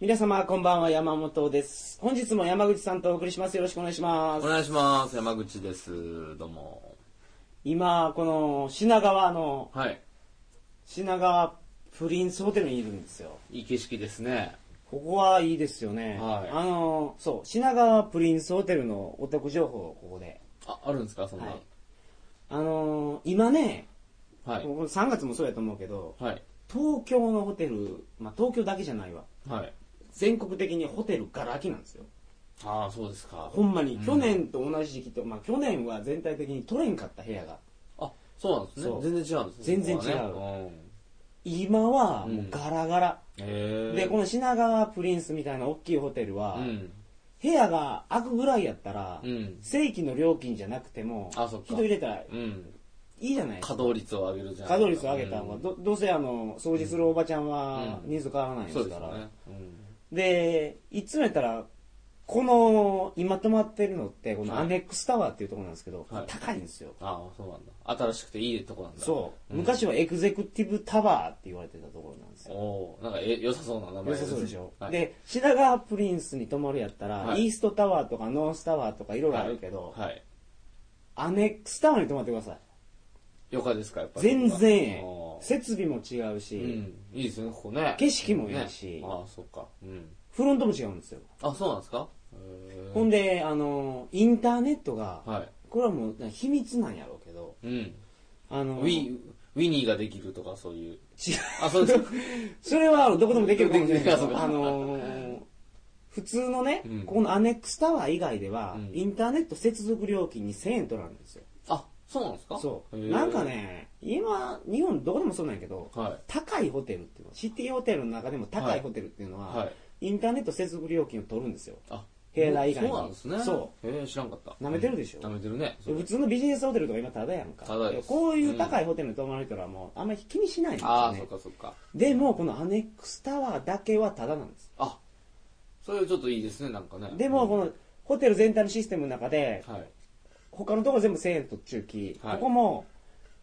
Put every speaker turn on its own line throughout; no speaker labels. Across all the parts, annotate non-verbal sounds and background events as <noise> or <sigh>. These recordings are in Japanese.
皆様、こんばんは、山本です。本日も山口さんとお送りします。よろしくお願いしま
お
す。
願いします。山口です。どうも。
今、この、品川の、
はい。
品川プリンスホテルにいるんですよ。
いい景色ですね。
ここはいいですよね。
はい
あの、そう、品川プリンスホテルのお得情報をここで。
あ、あるんですかそんな。
は
はいい。。
あの、今ね、
はい。
もう3月もそうやと思うけど、
はい。
東京のホテル、まあ、東京だけじゃないわ。
はい。
全国的にホテルがら空きなんですよ。
ああ、そうですか。
ほんまに、
うん
去年と同じ時期と、まあ去年は全体的に取れんかった部屋が。
あ、そうなんです
そ
ね
う。
全然違うんですね。
全然
ここは
違う
ね
今はもうガラガラ。
うん。へえ。
で、この品川プリンスみたいな大きいホテルは、
うん。
部屋が空くぐらいやったら、
うん。
正規の料金じゃなくても
あそっ、か
人入れたらい
うん。
いじゃないですか
稼。働率を上げるじゃん。
稼働率を上げた方
う
が、
ん
どどうせあの、掃除するおばちゃんは
うん
人数変わらないで
そう
す
で
か
す
ら。
よね。
で、いつもやったら、この、今泊まってるのって、この
はい
アネックスタワーっていうところなんですけど、
はい
高いんですよ。
ああ、そうなんだ。新しくていいとこなんだ。
そう。
ん
昔はエグゼクティブタワーって言われてたところなんですよ。
おおなんかえ良さそうな名前
良さそうでしょ、
はい
で、品川プリンスに泊まるやったら、
はい
イーストタワーとかノースタワーとかいろいろあるけど、
はい。
アネックスタワーに泊まってください。
よかですか、やっぱり。
全然ええ
おー
設備も違うし、
うん、いいですね、ここね。
景色もいいし
ねああ、そっか。うん。
フロントも違うんですよ。
あ、そうなんですか
ほんで、あの、インターネットが、
は
これはもう秘密なんやろうけど、
い。うん。
あの、
ウィ、ウィニーができるとかそういう。
違う
あ、そうですか。
それはどこでもできるかもしれないけ
そう
ど、
か
あのー普通のね、
うん
ここのアネックスタワー以外では、
うん
インターネット接続料金に1000円取られるんですよ。
あ、そうなんですか
そう。
へー
なんか。ね、今、日本どこでもそうなんやけど、
は
高いホテルっていうのは、シティホテルの中でも高
はいい
ホテルっていうの
い。
は、
はい。
インターネット接続料金を取るんですよ。
あ、
部屋代以外に
そうなんですね。。
そう
へえ、知らんかった。
舐めてるでしょ
うん舐めてるね。それ
普通のビジネスホテルとか今タダやんか。
タダです
こういう高いホテルに泊まる人らはもう、あんまり気にしないんですよ
ああ、そ
ね
っ。かそっか。
でも、このアネックスタワーだけはタダなんです。
あ、それちょっといいですね、なんかね。
でも、この、ホテル全体のシステムの中で、
はい。
他のところ全部1000円とっちゅうき、
はい
ここも、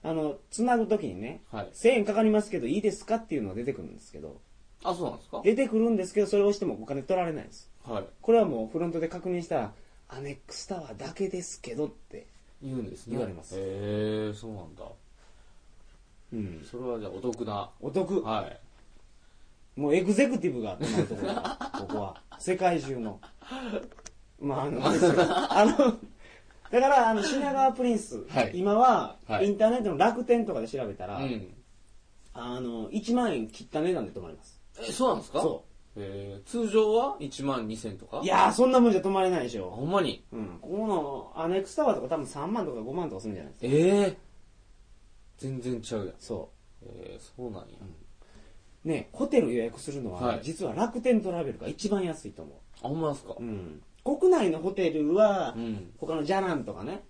あの、つなぐときにね、
はい。
1000円かかりますけど、いいですかっていうのが出てくるんですけど、
あ、そうなんですか
出てくるんですけど、それを押してもお金取られないです。
はい。
これはもうフロントで確認したら、アネックスタワーだけですけどって。
言うんですね。
言われます
へえ、そうなんだ。
うん。
それはじゃあお得な。
お得。
はい。
もうエグゼクティブが泊まると
<laughs>
ころだここは。世界中の。まあ、あの、あの、だから、あの、品川プリンス、
はい
今は、
はい
インターネットの楽天とかで調べたら、
うん。
あの、1万円切った値段で泊まります。
え、そうなんですか
そ
えー、通常は1万2000とか
う。いやー、そんなもんじゃ泊まれないでし
あ
ょ。
ほんまに
うん。ここのアネックスタワーとか多分3万とか5万とかするんじゃないですか。
ええー、全然ちゃうやん
そ
えー、そうなんや、
う。ね、ホテル予約するのは、
はい
実は楽天トラベルが一番安いと思
あほんまですか
う。うん。国内のホテルは、
うん
他のジャランとかね、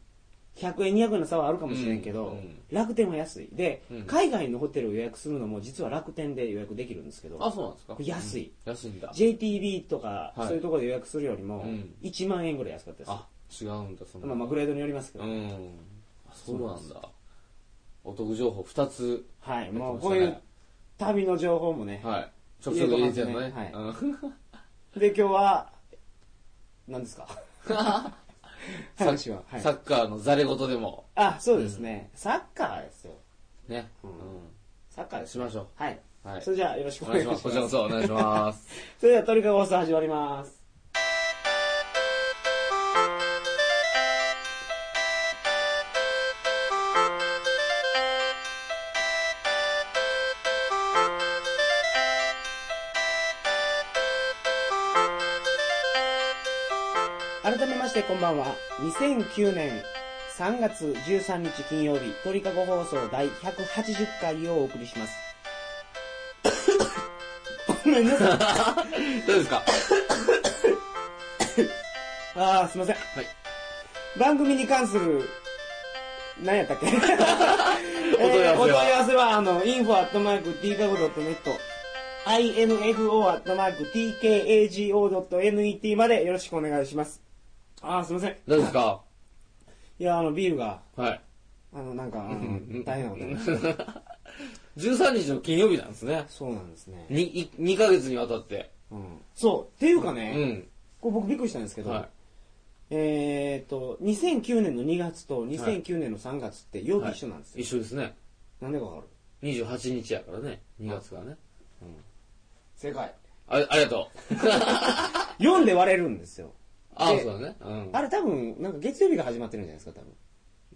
100円、200円の差はあるかもしれんけど、
うんうん
楽天は安い。で、
うん
海外のホテルを予約するのも実は楽天で予約できるんですけど、
あそうなんですか
これ安い
うん安いんだ
JTB とか、
はい
そういうところで予約するよりも
うん、
1万円ぐらい安かったです。
あ違うんだその
まあまあグレードによりますけど、
うんあそうなんだお得情報2つ
はい、もう
やってましたね
こういう旅の情報もね。
はい直接入れてんのね
入れて
うん
で、今日は、何ですか話は。はい
サッカーのざれ言でも
あ、そうですね。サッカーですよ。
ね
う
うんん、
サッカーですね。
しましょう
はい。
はい
それじゃあよろしく
お
お
願
願
い
い
し
しますす。
まこちらこそお願いします
<laughs> それではトリカゴ放送始まります。改めましてこんばんは。2009年3月13日金曜日、鳥かご放送第180回をお送りします。 <coughs> ごめんなさい。
どうですか
あー、すいません。
はい
番組に関する、何やったっけお問い
合わせは
<laughs> お問い合わせは、あの、info.tkago.net、info.tkago.net までよろしくお願いします。あー、すいません。
どうですか
いや、あの、ビールが、
はい
あの、なんか、あの
ん
大変なことになりま <laughs> した。
13日の金曜日なんですね
そうなんですね。
に 2, ヶ月にわたって
うんそう。っていうか
う
ね、
ん。
こう僕びっくりしたんですけど、
は
えーっと、2009年の2月と2009年の3月って曜日一緒なんです
い。
よ。
一緒ですね。
なんでかわかる
28日やからね。2月からね。
正解。
あありがと <laughs> う。
4で割れるんですよ。
ああ、
で
そうだね。うん。
あれ多分、なんか月曜日が始まってるんじゃないですか、多分。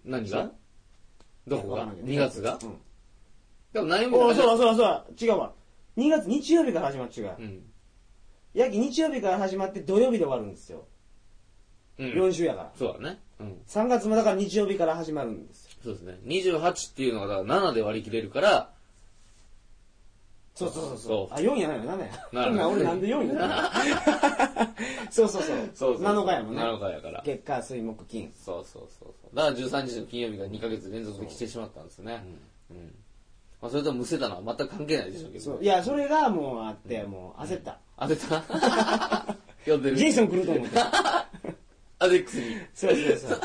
何がどこ
いや
が
わからんけど
?2 月が
うん。
でも何も
おそうだそうだそうだ違うわ。2月日曜日から始まっちゅうが
う。ん。
やき日曜日から始まって土曜日で終わるんですよ。
うん。
4週やから。
そうだね。うん。
3月もだから日曜日から始まるんですよ。
そうですね。28っていうのが、だから7で割り切れるから、
そうそうそう
そ
そうう。あ、4やないのなんだよ。
なるほど
今俺なんで4や
<laughs>
ないのそうそうそう。7日やもんね。
7日やから。
月火水木金。
そうそうそうそう。だから13日の金曜日が2ヶ月連続で来てしまったんですね。うん。まあ、それとむせたのは全く関係ないでしょうけ
そ
ど
う。いや、それがもうあって、もう焦った。
当て <laughs> た呼んで
ジェイ
る。
ソン来ると思って。
アレックスに
そうそうそう。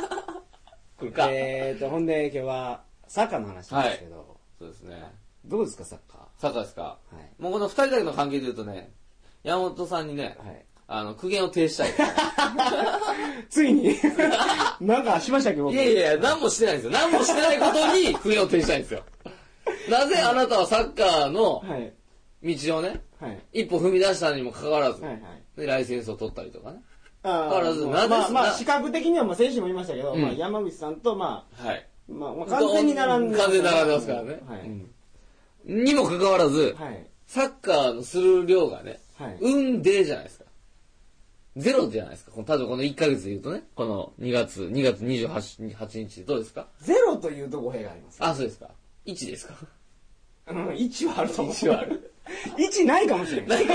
来るか。
えーと、ほんで今日はサッカーの話なんですけど、
そうですね。
どうですかサッカ
サッカーですか。
ーはい。
もうこの二人だけの関係で言うとね、山本さんにね、
はい。
あの、苦言を呈したい。
ついに <laughs> なんかしましたっけ僕。
<laughs> いやいやいや、何もしてないんですよ。何もしてないことに苦言を呈したいんです <laughs> よ。なぜあなたはサッカーの
はい。
道をね、
はい。
一歩踏み出したにもかかわらず
は、いはい。
で、ライセンスを取ったりとかね。
あ
からず
ー
なぜ
ま
そ
あ、
んな
まあ、視覚的には、まあ、選手も言いましたけど、
うん
まあ、山口さんと、ま
はい。
あ、まあ、まあ、完全に並んで。
完全に並んでますからね。
はい。
うんにもかかわらず、
はい。
サッカーのする量がね、
はい。
運でじゃないですか。ゼロじゃないですか。この、例えばこの1ヶ月で言うとね、この2月、2月28 8日どうですか
ゼロというと語弊があります。
あ、そうですか。1ですか。
うん、1はある <laughs> と思う。
1は
<laughs>
ある。
1ないかもしれない。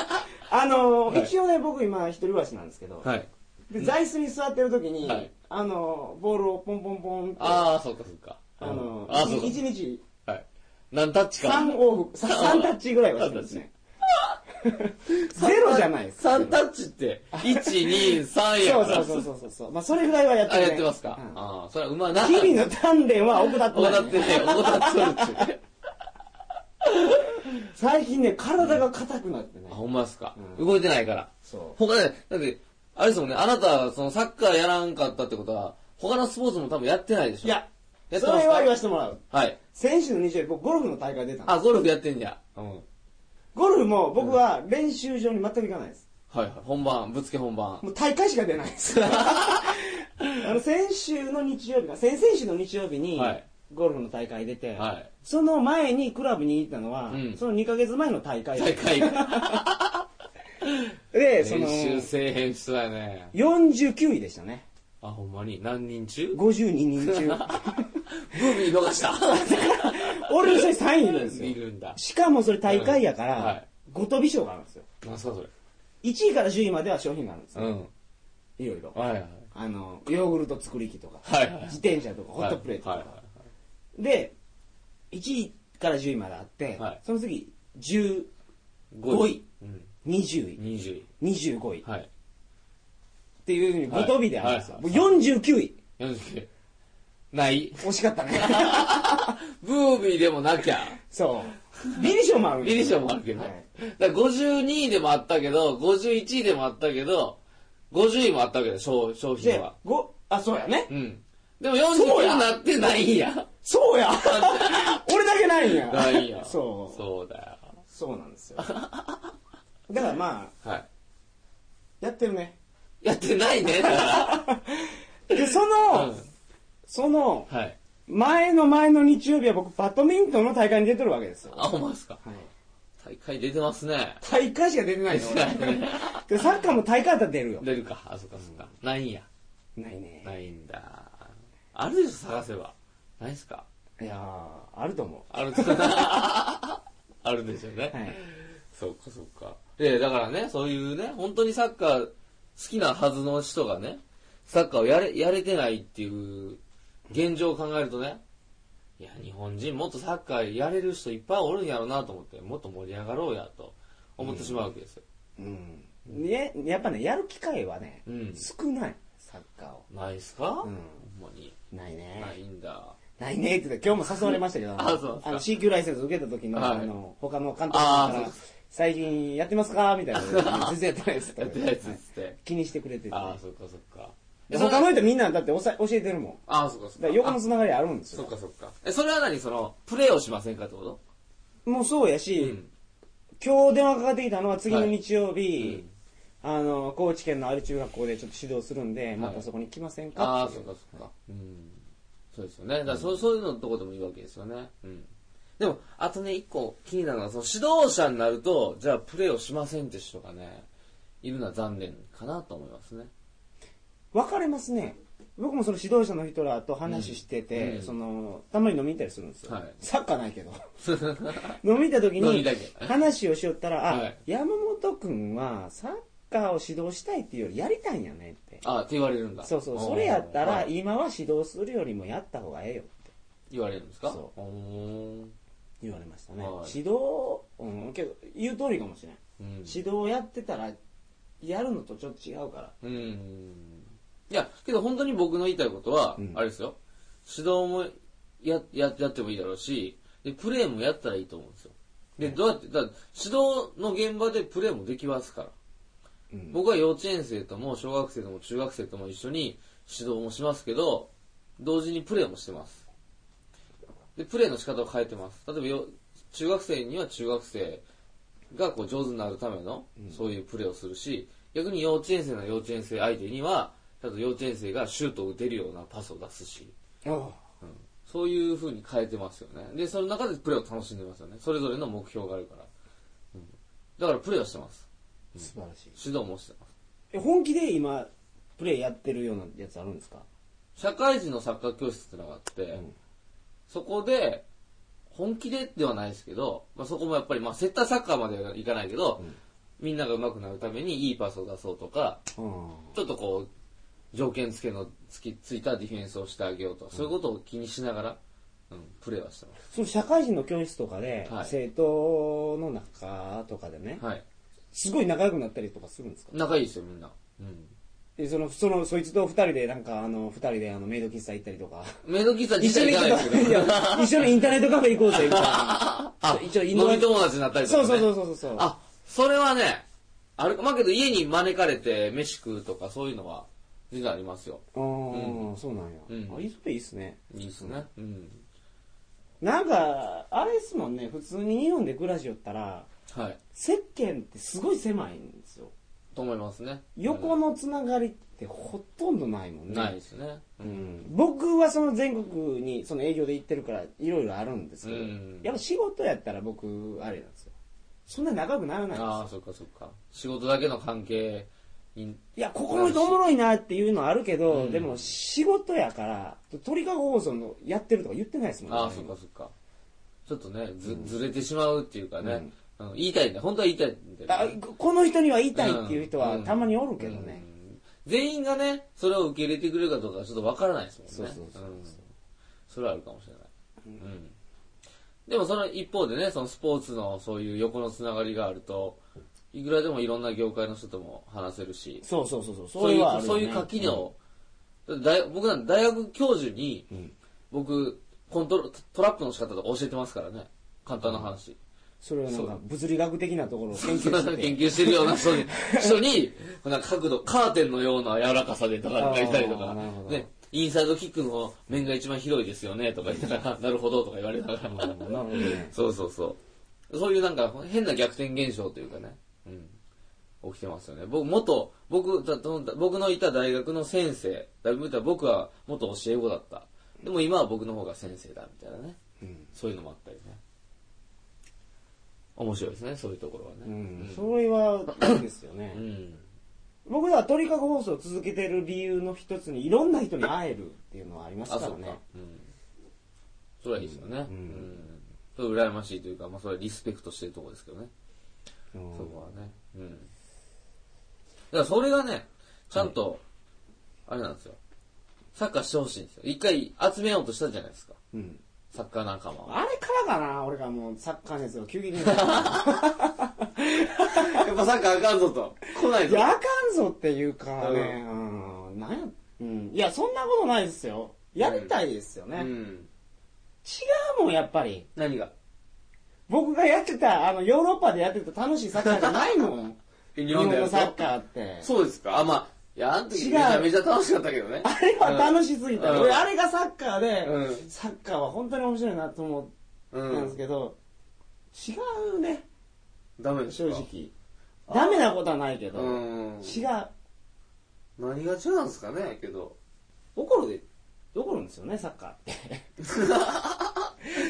<laughs> あのー、一応ね、僕今、一人暮らしなんですけど、
はい。
で、座椅子に座ってる時に、
はい
あの、ボールをポンポンポンって、あ
ああ、そっかそっか。
の、
あそうか。
1日
はい。何タッチか。
3往復、3タッチぐらいはしてますね。ゼロじゃないです。
3タッチって、1、2、3や
そ
か
う
ら。
そうそうそうそうそう。まあ、それぐらいはやって
あ、
る、
やってますか。
うん
ああ、それはうまいな。 <laughs>
日々の鍛錬は怠ってな
怠
い、
ってね、怠っとるって。
最近ね、体が硬くなってね
あ、。ほんまですか。
うん
動いてないから。
そ
他ね、だって、あれですもんね、あなた、そのサッカーやらんかったってことは、他のスポーツも多分やってないでし
う。
ょ。
いや、
やって
そ
ますか
れは言わせてもらう。
はい。
先週の日曜日、僕ゴルフの大会出たの。
あ、ゴルフやってんじゃ。うん。はい
ゴルフも僕は練習場に全く行かないです。
はい。本番、ぶつけ本番。
もう大会しか出ない
<laughs>
です。あの、先週の日曜日か、先々週の日曜日に
はい、
ゴルフの大会出て、
はい。
その前にクラブに行ったのは、
うん
その2ヶ月前の大会
大
で、
会。
<laughs> でその
練、習せえへん人だね。
49位でしたね。
あ、ほんまに。何人中
52人
<laughs>
中。
ブービー逃した。
俺のそれ3位いるんです
い
よ。
るんだ。
しかもそれ大会やか
うんはい
ら、ごとび賞があるんですよ。
なんすかそれ。
1位から10位までは商品があるんですよ。
うん。
いろいろ。
はいはい。
あの、ヨーグルト作り機とか、
はいはい
自。転車とか、ホットプレートと
はい
か
は。い
で、1位から10位まであって、
はい
その次、10、
はい。
5位、
うん。
20位、
20位。
25位っ
はい。
ていうふうに
はい
5飛びであるんですよ。
はい
もう49位。
49な
<laughs>
い
惜しかったね。
<laughs> ブービーでもなきゃ。
そう。ビリ賞もあるんです
ビリ
よ
賞もあるけど。
は
だか
い
ら52位でもあったけど、51位でもあったけど、50位もあったわけだ、商商品
で
は。、
ご、あ、そうやね。
うん。でも
そう
49
や
になってないんや。
そう
<laughs>
や俺だけないんや。
ないん
<laughs>
や。
そう。
そうだよ。
そうなんですよ。だからまあ、
はい。
やってる
<laughs>
ね。
やってないね、だか
で、そ
ら。
の、
うん
その、
はい。
前の前の日曜日は僕、バドミントンの大会に出てるわけですよ。
あ、ほんまですか。
はい
大会出てますね。
大会しか出てないの俺で、サッカーも大会だったら出るよ。
出るか。あ、そっかそっか。ないんや。
ないね。
ないんだ。あるでしょ、探せば。ないっすか
いやー、あると思
ある
<laughs>
でしょ。あるでしょうね。
う。はい。
そっかそっか。えだからね、そういうね、本当にサッカー好きなはずの人がね、サッカーをやれ、やれてないっていう現状を考えるとね、いや、日本人もっとサッカーやれる人いっぱいおるんやろうなと思って、もっと盛り上がろうやと思ってしまうわけですよ。
うん。ね、やっぱね、やる機会はね、
うん
少ない。サッカーを。
ないっすか、
うん
ほんまに。
ないね。
ないんだ。
ないねって言って、今日も誘われましたけど、
<laughs> あそうですか
の C 級ライセンス受けた時の、
はい
あの、他の監督
あ
さんか
ーそう
ら
で、
最近やってますかみたい
<laughs>
な。全然やってないです。
やってないやつっつって。
気にしてくれてて。
ああ、そっかそっか。
で他の人みんなだっておさ教えてるもん。
ああ、そっかそ
だか
っか。
ら横の
あ
つながりあるんです
そっ
よ。
かそっか。え、それは何その、プレイをしませんかってこ
もうそうやし、
とうん。
今日電話かかってきたのは次の日曜日、
うん
あの、高知県のある中学校でちょっと指導するんで、またそこに来ませんか
ああ、
ってい
そうっかそっか。うん。そうですよね。だからそうそういうのとこでもいいわけですよね。うん。でも、あとね、一個気になるのは、その指導者になると、じゃあプレーをしませんって人がね、いるのは残念かなと思いますね。
分かれますね僕もその指導者の人らと話して
うん
て、
うん
そのたまに飲みに行ったりするんですよ、
はい
サッカーないけ
<laughs>
ど飲みに行った時
飲み
に
だけ
話をしよったら、あ
はい
山本君はサッカーを指導したいっていうよりやりたいんやねって
ああ、って言われるんだ。
そうそう
おー
それやったら
はい
今は指導するよりもやった方がええよって
言われるんですか。
そう
おー
言われましたね、
はい
指導、うん、けど言う通りかもしれない
うん。
指導やってたらやるのとちょっと違うから
うん。いや、けど本当に僕の言いたいことは、
うん
あれですよ。指導もや、や、やってもいいだろうし、で、プレーもやったらいいと思うんですよ。で、どうやって、だから指導の現場でプレーもできますから。
うん
僕は幼稚園生とも、小学生とも、中学生とも一緒に指導もしますけど、同時にプレーもしてます。で、プレーの仕方を変えてます。例えばよ、中学生には中学生がこう上手になるための、そういうプレーをするし、逆に幼稚園生の幼稚園生相手には、ちゃんと幼稚園生がシュートを打てるようなパスを出すし、
あ
そういう風に変えてますよね。で、その中でプレーを楽しんでますよね。それぞれの目標があるから。うんだからプレーはしてます。
あ素晴らしい
指導もしてます。
え本気で今プレイやってるようなやつあるんですか
社会人のサッカー教室ってのがあって、
ん
そこで、本気でではないですけど、まあ、そこもやっぱり、まあ、セッターサッカーまではいかないけど、みんなが上手くなるためにいいパスを出そうとか、
うん
ちょっとこう、条件付けのつきついたディフェンスをしてあげようとか、そういうことを気にしながら、うん、プレーはしてま
その社会人の教室とかで、
はい
生徒の中とかでね、
す。はい。
すごい仲良くなったりとかするんですか
仲いいですよ、みんな。うん。
でその、その、そいつと二人で、なんか、あの、二人で、あの、メイド喫茶行ったりとか。
メイド喫茶
一
自
緒
体
に
行かないですけ
い
ど、
や一緒にインターネットカフェ行こうぜ、みたいな。
<laughs> あ、
一応インド
飲み友達になったりとか、
そう
ね。
そうそうそうそう。
あ、それはね、あるまあけど家に招かれて飯食うとかそういうのは全然ありますよ。
あー、そうなんや。
うん
あ、いいそれいいっすね。
いいですね。うん。
なんか、あれっすもんね、普通に日本で暮らしよったら、
はい。
世間ってすごい狭いんですよ。
と思いますね。
横のつながりってほとんどないもんね。
ないですね。う。
うんん僕はその全国にその営業で行ってるからいろいろあるんですけど、
うん
やっぱ仕事やったら僕あれなんですよそんな仲良くならないんです
ああ、
よ
そっかそっか。仕事だけの関係に、
いやここの人おもろいなっていうのはあるけど、
うん
でも仕事やから鳥かご放送のやってるとか言ってないですもん
ああ、そっかそっか。ちょっとね、ず、ずれてしまうっていうかね。あの言いたいんだ。本当は言いたいんだよね、
あこの人には言いたいっていう人は
うん
たまにおるけどね、
うん全員がね、それを受け入れてくれるかどうかはちょっとわからないですもんね。
そうそうそうそう
うんそれはあるかもしれない。うん。でもその一方でね、そのスポーツのそういう横のつながりがあると、いくらでもいろんな業界の人とも話せるし、
そうそうそうそう
そ
そうれ
いう
はあ、るよ
そう
ね
いう垣根を、だい僕なんて大学教授に、
ん
僕、コントロトラップの仕方とか教えてますからね。簡単な話。
それはなんか物理学的なところを研究してて
研究してるような人に、人に、こんな角度、カーテンのような柔らかさでとか
あー
言ったりとか
なるほ、ど
ね、インサイドキックの面が一番広いですよねとか言ったら、なるほどとか言われながら、
なるほどね
そうそうそう。そういうなんか変な逆転現象というかね、うん、起きてますよね。僕、元、僕、だどんだ僕のいた大学の先生、だいぶ言ったら僕は元教え子だった。でも今は僕の方が先生だみたいなね、
うん
そういうのもあったりね。面白いですね、そういうところはね。
うん、それはいいですよね、
うん。
僕らは鳥かご放送を続けてる理由の一つにいろんな人に会えるっていうのはあります
あ、
から
そうか
ね。
うん。それはいいですよね。う
うん
ん。それ羨ましいというか、まあそれはリスペクトしてるところですけどね。
うん
そこはね。うん。だからそれがね、ちゃんと、あれなんですよ。サッカーしてほしいんですよ。一回集めようとしたじゃないですか。
うん
サッカー仲間を。
あれからかな俺がもうサッカー熱が急激にいや
<laughs> やっぱサッカーあかんぞと。来ないぞ。
あかんぞっていうかね、うん、なんや、うん、いやそんなことないですよやりたいですよね、
う
違
ん。
うもんやっぱり
何が
僕がやってた、あの、ヨーロッパでやってた楽しいサッカーじゃないもん。
<laughs> 日本でやると
サッカーって。
そうですかあ、まあ、いや、あの時
違う
めちゃめちゃ楽しかったけどね。
あれは楽しすぎた。
うん
俺、あれがサッカーで、
うん
サッカーは本当に面白いなと思
う
ったんです
ん。
けど、違うね、
ダメですか
正。直。ダメなことはないけど、違う。
うん。何が違うんですかね、けど。
怒るで、怒るんですよね、サッカ
<laughs>
ーって。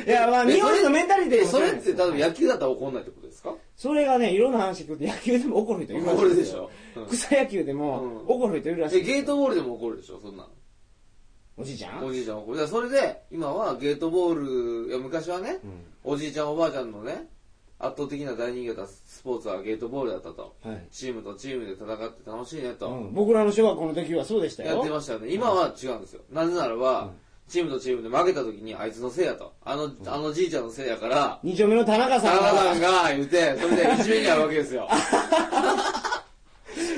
いや、まあ、日本人のメンタリティ
で、
もそ
そうれ
なん
っ
です
て
よ
多分野球だったら怒んないってことですか
それがね、いろんな話聞くと野球でも怒る人いるらしい
怒
ん
るですし
よ
ょ。うん
草野球でも
うん
怒る人いるらしいん
え、
ですよ
ゲートボールでも怒るでしょ、そんな
おじいちゃん
の。おじいちゃん怒る。だからそれで、今はゲートボール、いや、昔はね、
うん
おじいちゃんおばあちゃんのね、圧倒的な大人気だったスポーツはゲートボールだったと。
はい
チームとチームで戦って楽しいねと。
うん僕らの小学校の時はそうでしたよ
やってましたよね。今は違うんですよ。なぜならば、チームとチームで負けた時にあいつのせいやと。あの、あのじいちゃんのせいやから、
二丁目の田中
田
さん
中さん
が
が言うて、それでいじめにあるわけです
<laughs>
よ。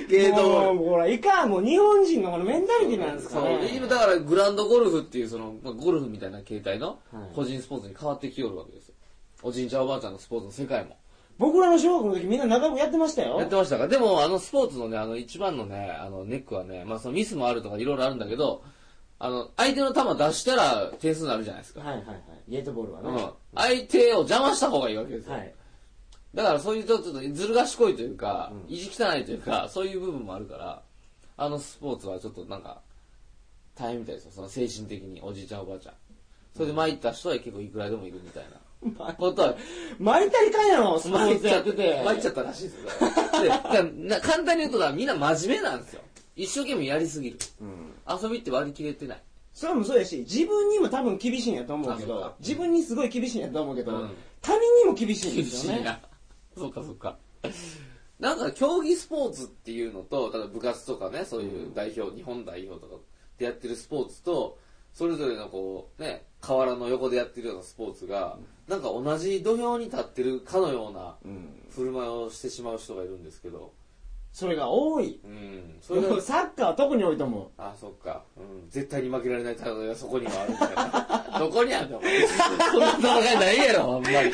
ゲートボール。
もうほらいかんもう日本人のこのメンタリティなんですか
そう
ね
今だからグランドゴルフっていうその、まあ、ゴルフみたいな形態の
はい
個人スポーツに変わってきよるわけですよ。おじいちゃんおばあちゃんのスポーツの世界も。
僕らの小学校の時みんな仲良くやってましたよ
やってましたかでも、あのスポーツのね、あの一番のね、あのネックはね、まあそのミスもあるとかいろいろあるんだけど、あの、相手の球出したら点数になるじゃないですか。
はいはいはいゲートボールはね
うん、相手を邪魔した方がいいわけですよ、
はい
だからそういうちょっとずる賢いというか、
う
意地汚いというかそういう部分もあるからあのスポーツはちょっとなんか大変みたいですよその精神的におじいちゃんおばあちゃんそれで参った人は結構いくらでもいるみたいなことは
巻いたりかんやろスポ
参
ー
っ
ツ
ちゃ
や
っ
って
て
て
参っちゃったらしいですよでだからな簡単に言うとだみんな真面目なんですよ一生懸命やりすぎる
うん
遊びって割り切れてない
それもそうやし自分にも多分厳しいんやと思うけ
あそう
ど
か
自分にすごい厳しいんやと思うけど
うん
他人にも
<laughs>
厳しいんで
厳
す
し
よ
い
ね
な。そうかそうか。なんか競技スポーツっていうのと、ただ部活とかね、そういう代表、日本代表とかでやってるスポーツと、それぞれのこう、ね、河原の横でやってるようなスポーツが、なんか同じ土俵に立ってるかのような
うん
振る舞いをしてしまう人がいるんですけど、
それが多い
うん、それが、
サッカーは特に多いと思う
あ、そっか、うん、絶対に負けられない戦いがそこにはあるみたいな。ど <laughs> こにあんのそんな戦いないやろ、あんまり。 <laughs>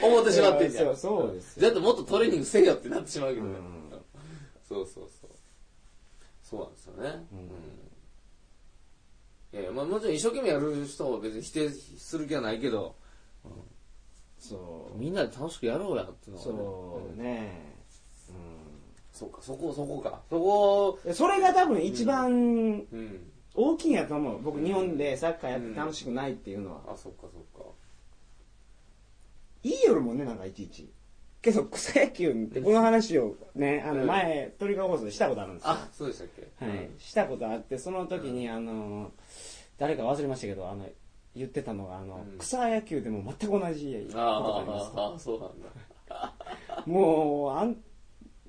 思ってしまってんじゃん。
そうそうですよ
だってもっとトレーニングせえよってなってしまうけどね、
うん
そうそうそうそうなんですよね
うん
うん、いやいやまあ、もちろん一生懸命やる人を別に否定する気はないけど
そう
みんなで楽しくやろうやっていうのはね
そうね、
そうかそこそこかそこ
うん、それが多分一番
うん
大きいんやと思う僕日本でサッカーやって楽しくないっていうのは、
あそっかそっか
いいよるもんねなんかいちいちけど草野球ってこの話をねあ
う
の
ん
前、トリガー放送でしたことあるんですよ
あそうでしたっけ
はい、したことあってその時にあの誰か忘れましたけどあの言ってたのがあの、
うん
草野球でも全く同じこと
ああ
があります
ああそうなんだ
もうあん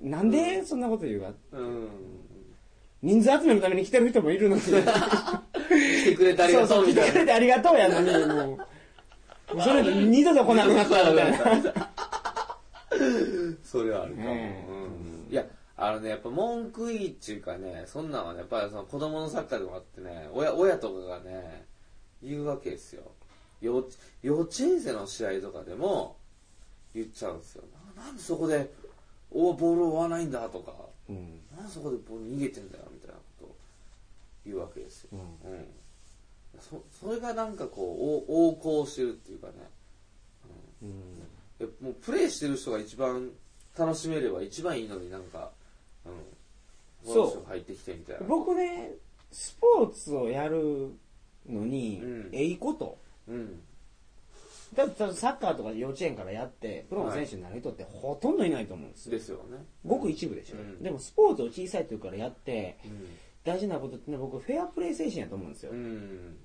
なんでそんなこと言うか
うん
人数集めのために来てる人もいるのに
来てくれてありがとうみた
そ
い
うそう来てくれ
な
てありがとうやのに、もう。もうそれで二度と来なくなったみたいな。
<laughs> それはあるかも、
ねえ
うんいやあのねやっぱ文句言いっていうかねそんなんはねやっぱりその子供のサッカーでもあってね親親とかがね言うわけですよ幼稚幼稚園生の試合とかでも言っちゃうんですよななんでそこでおボールを追わないんだとか
うん
なんでそこでボール逃げてんだよみたいなことを言うわけですよ、うんそそれがなんかこうお横行してるっていうかね
うん
いやもうプレイしてる人が一番楽しめれば一番いいのになんか、う
そう
ん、この人が入ってきてみたいな。
僕ね、スポーツをやるのに
うん、
ええこと。
うん。
だってサッカーとか幼稚園からやって、プロの選手になる人ってほとんどいないと思うんですよ。
ですよね。
ごく一部でしょ、
うん
でもスポーツを小さい時からやって、
う
大事なことってね、僕フェアプレー精神やと思うんですよ。
ん。うん。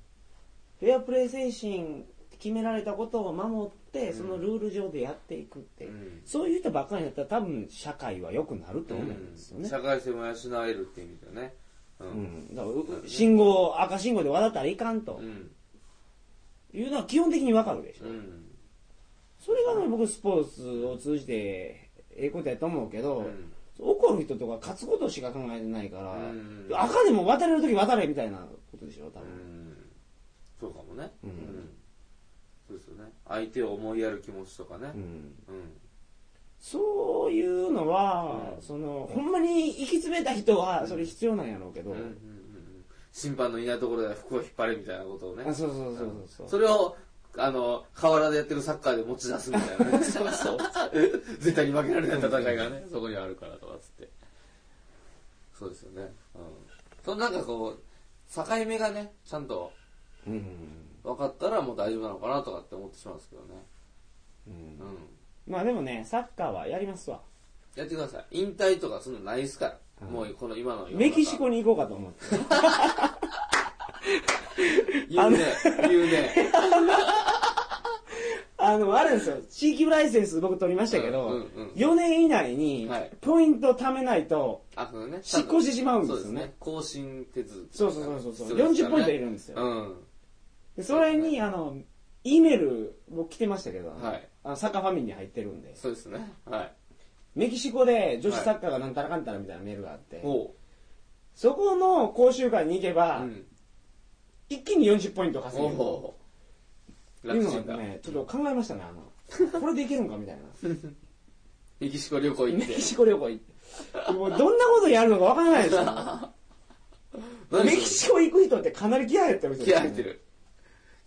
フェアプレー精神、決められたことを守って、そのルール上でやっていくって、
うん
そういう人ばっかりだったら多分社会は良くなると思うんですよ
うん
ね。
社会性も養えるって意味だよね。う。
うんん、だからう信号、赤信号で渡ったらいかんと
うん。
いうのは基本的にわかるでしょ。
うん。
それがね、僕スポーツを通じてええことやと思うけど、
うん
怒る人とか勝つことしか考えてないから、
うん
赤でも渡れるとき渡れみたいなことでしょ、多
う
分。
んそうかもね。
うん。
そうですよね。相手を思いやる気持ちとかね
う。ん
うん。
そういうのは、
うん
そのほんまに行き詰めた人はそれ必要なんやろうけ
う
ど、
んうんうんうん。審判のいないところで服を引っ張れみたいなことをね
あ。そうそうそうそうそう
それを、あの、河原でやってるサッカーで持ち出すみたいなね。そうそう。 <laughs> 絶対に負けられない戦いがね、そこにあるからとかっつって。そうですよね。うん。そのなんかこう、境目がね、ちゃんと
うん
分かったらもう大丈夫なのかなとかって思ってしまうんですけどね。
うん
うん。
まあでもねサッカーはやりますわ
やってください。引退とかするのないですから。
うん
もうこの今の世の中
メキシコに行こうかと思って
言うね。言
<laughs>
うね。
あの、あれですよ。地域ライセンス僕取りましたけど、
うんうんうん
4年以内に
はい、
ポイント貯めないと、
あ、そのね。
執行してしまうんですよね
そ更新手続き。
そうそうそうそうそう、
必要です
40
から
ポイントい
ね
るんですよ。
うん。
でそれ
そうです
に、あの、E メール、僕来てましたけど、
はい
あのサッカーファミリーに入ってるんで、
そうですね。はい。
メキシコで女子サッカーがなんたらかんたらみたいなメールがあって、
おう。
そこの講習会に行けば、
うん。
一気に40ポイント稼げる。
おう。
いう
楽ち
の
んだ
が。ね、ちょっと考えましたね、あの、これでいけるんかみたいな。
メキシコ旅行行っ
メ
て
キ。シコ旅行行って。もうどんなことやるのかわからない
<laughs>
ですよ。メキシコ行く人ってかなり気合入ってる人
コ気合入ってる。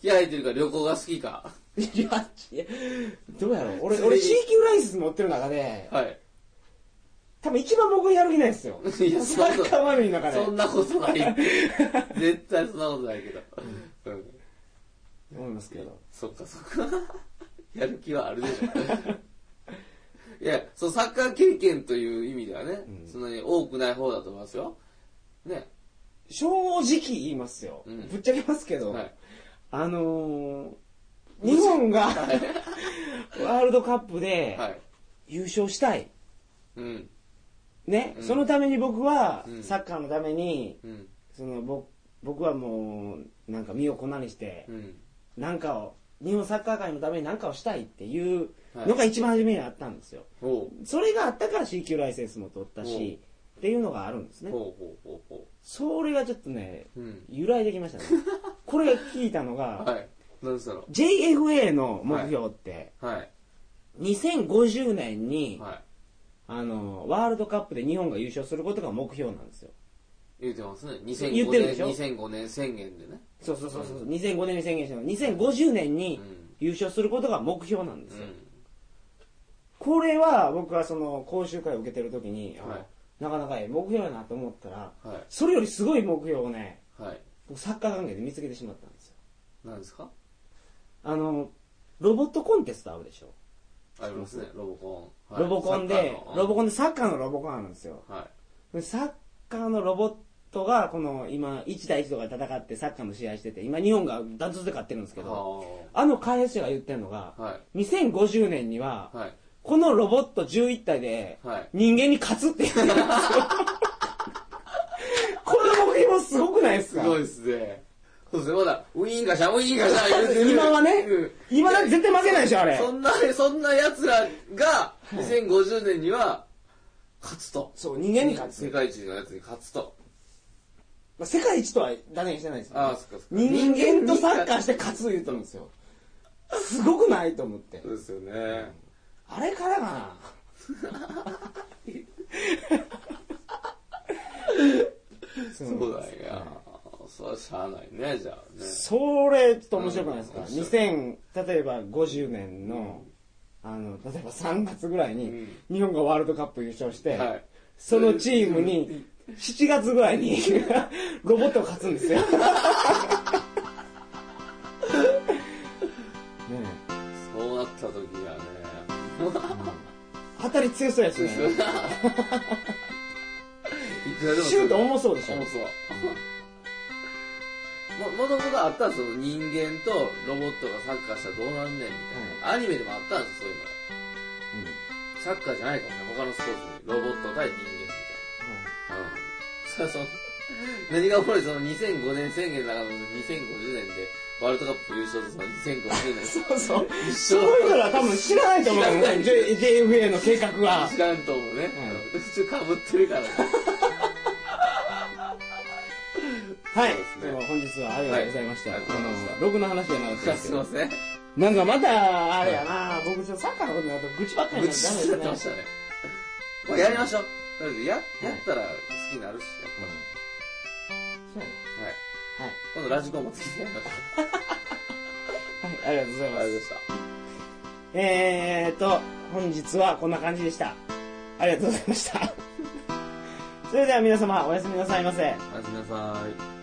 気合入ってるから旅行が好きか。
いや、いやどうやろう俺、
それ
俺 C 級ライセンス持ってる中で、
はい。
多分一番僕やる気ないですよ。
いや
サ
そんな
ッカー悪い中で。
そんなことない。
<laughs>
絶対そんなことないけど。うん。
思いますけど。
そっかそっか。やる気はあるでしょ。
<laughs>
いや、そう、サッカー経験という意味ではね、
うん
そんなに多くない方だと思いますよ。ね。
正直言いますよ。
うん
ぶっちゃけますけど、
はい。
あのー、日本が、ワールドカップで
はい。
優勝したい。
うん。
ね、
うん
そのために僕は、
うん
サッカーのために、
うん。
その僕僕はもう、なんか身を粉にして、
うん。
なんかを、日本サッカー界のために何かをしたいっていうのが一番初めにあったんですよ。
おう。
それがあったから C 級ライセンスも取ったし、っていうのがあるんですね。
ほうほうほうほ
それがちょっとね、
う。うん。
由来できま <laughs> したね。これが聞いたのが、
はい。何したろ
JFA の目標って、
うはい。
2050年に、
はい。
あの、ワールドカップで日本が優勝することが目標なんですよ。
言ってますね。
言ってるで
2005
しょ
年、2005年宣言でね。
そうそうそうそう、2005年に宣言したの。2050年に優勝することが目標なんで
う
すよ。
ん。
これは僕はその講習会を受けてる時に、
はい
あなかなかええ目標やなと思ったら、
は
それよりすごい目標をね、
い。はい。
僕サッカー関係で見つけてしまったんですよ。
何ですか
あの、ロボットコンテストあるでしょ、
ありますね。ロボコン。
ロボコンで、ロボ
ン。
コンでサッカーのロボコンあるんですよ。
は
でサッカーのロボットが、この今、1対1とかで戦ってサッカーの試合してて、今日本がダントツで勝ってるんです
い。
けど、
は
あの開発者が言ってるのが
あ。、はい。
2050年には、
はい。
このロボット11体で、
はい。
人間に勝つって言ってるんですよ。この目標すごくないです
す
か
ごいですね。そうですね、まだ、ウィーンガシャン、ウィーンガシャン言うてる
今はね
うん、
今だって絶対負けないでしょ、あれ。
そんな、そんな奴らが、2050年には、勝つと。
そう、人間に勝つ。
世界一のやつに勝つと。
まあ、世界一とは断言してないですけど
ああ、そっかそっか。
人間とサッカー
ー
して勝つ言うとるんですよ。すごくないと思って
そ。うですよね。
あれからかな。そ
そうだ
ね。
よ。そうはしゃあないね、じゃあね。
それ、ちょっと面白くないですか、
うん
?2000、例えば50年の、あの、例えば3月ぐらいに
ん、
日本がワールドカップ優勝して、
はい
そのチームに、7月ぐらいに、 <laughs> ロボットが勝つんですよ。ねえ
そうなった時はね、
当たり強そうやしね。
いくらでも。
<laughs> シュート重そうでしょ
重。そう。も、もともとあったんですよ。人間とロボットがサッカーしたらどうなんねんみたいな。アニメでもあったんですよ、そういうのが。サッカーじゃないかもね、他のスポーツに。ロボット対人間みたいな。うん。そらその、何が起こるその2005年宣言の中の2050年で、ワールドカップ優勝とその2050年。
そうそう。
一
そういうのは多分知らないと思う
知らない
J- JFA の計画は。
知らんと思うね。うちかぶってるからね。
はい
そうです。ね
では本日はありがとうございました。
はいありがとうございまし
あ
た
の、ログの話じゃなくてで
あ
す
す
け
い
ど
ません。
なんかまた、あれやな、僕ちょっとサッカーのことになると愚痴ばっかり
愚
にな
痴
っちゃ
になって
ダメ
ま
で
し
す
た
ね。
ね。これやりましょう。とりあえずや、やったら好きになるし、やっぱ
そうやね
り。はい。
はい。
今度ラジコンもつけてやりましょう。
はい、ありがとうございま
ありがとうござい
す。
ました。
えーっと、本日はこんな感じでした。あ <laughs> りがとうございました。それでは皆様、おやすみなさいませ。
おやすみなさい。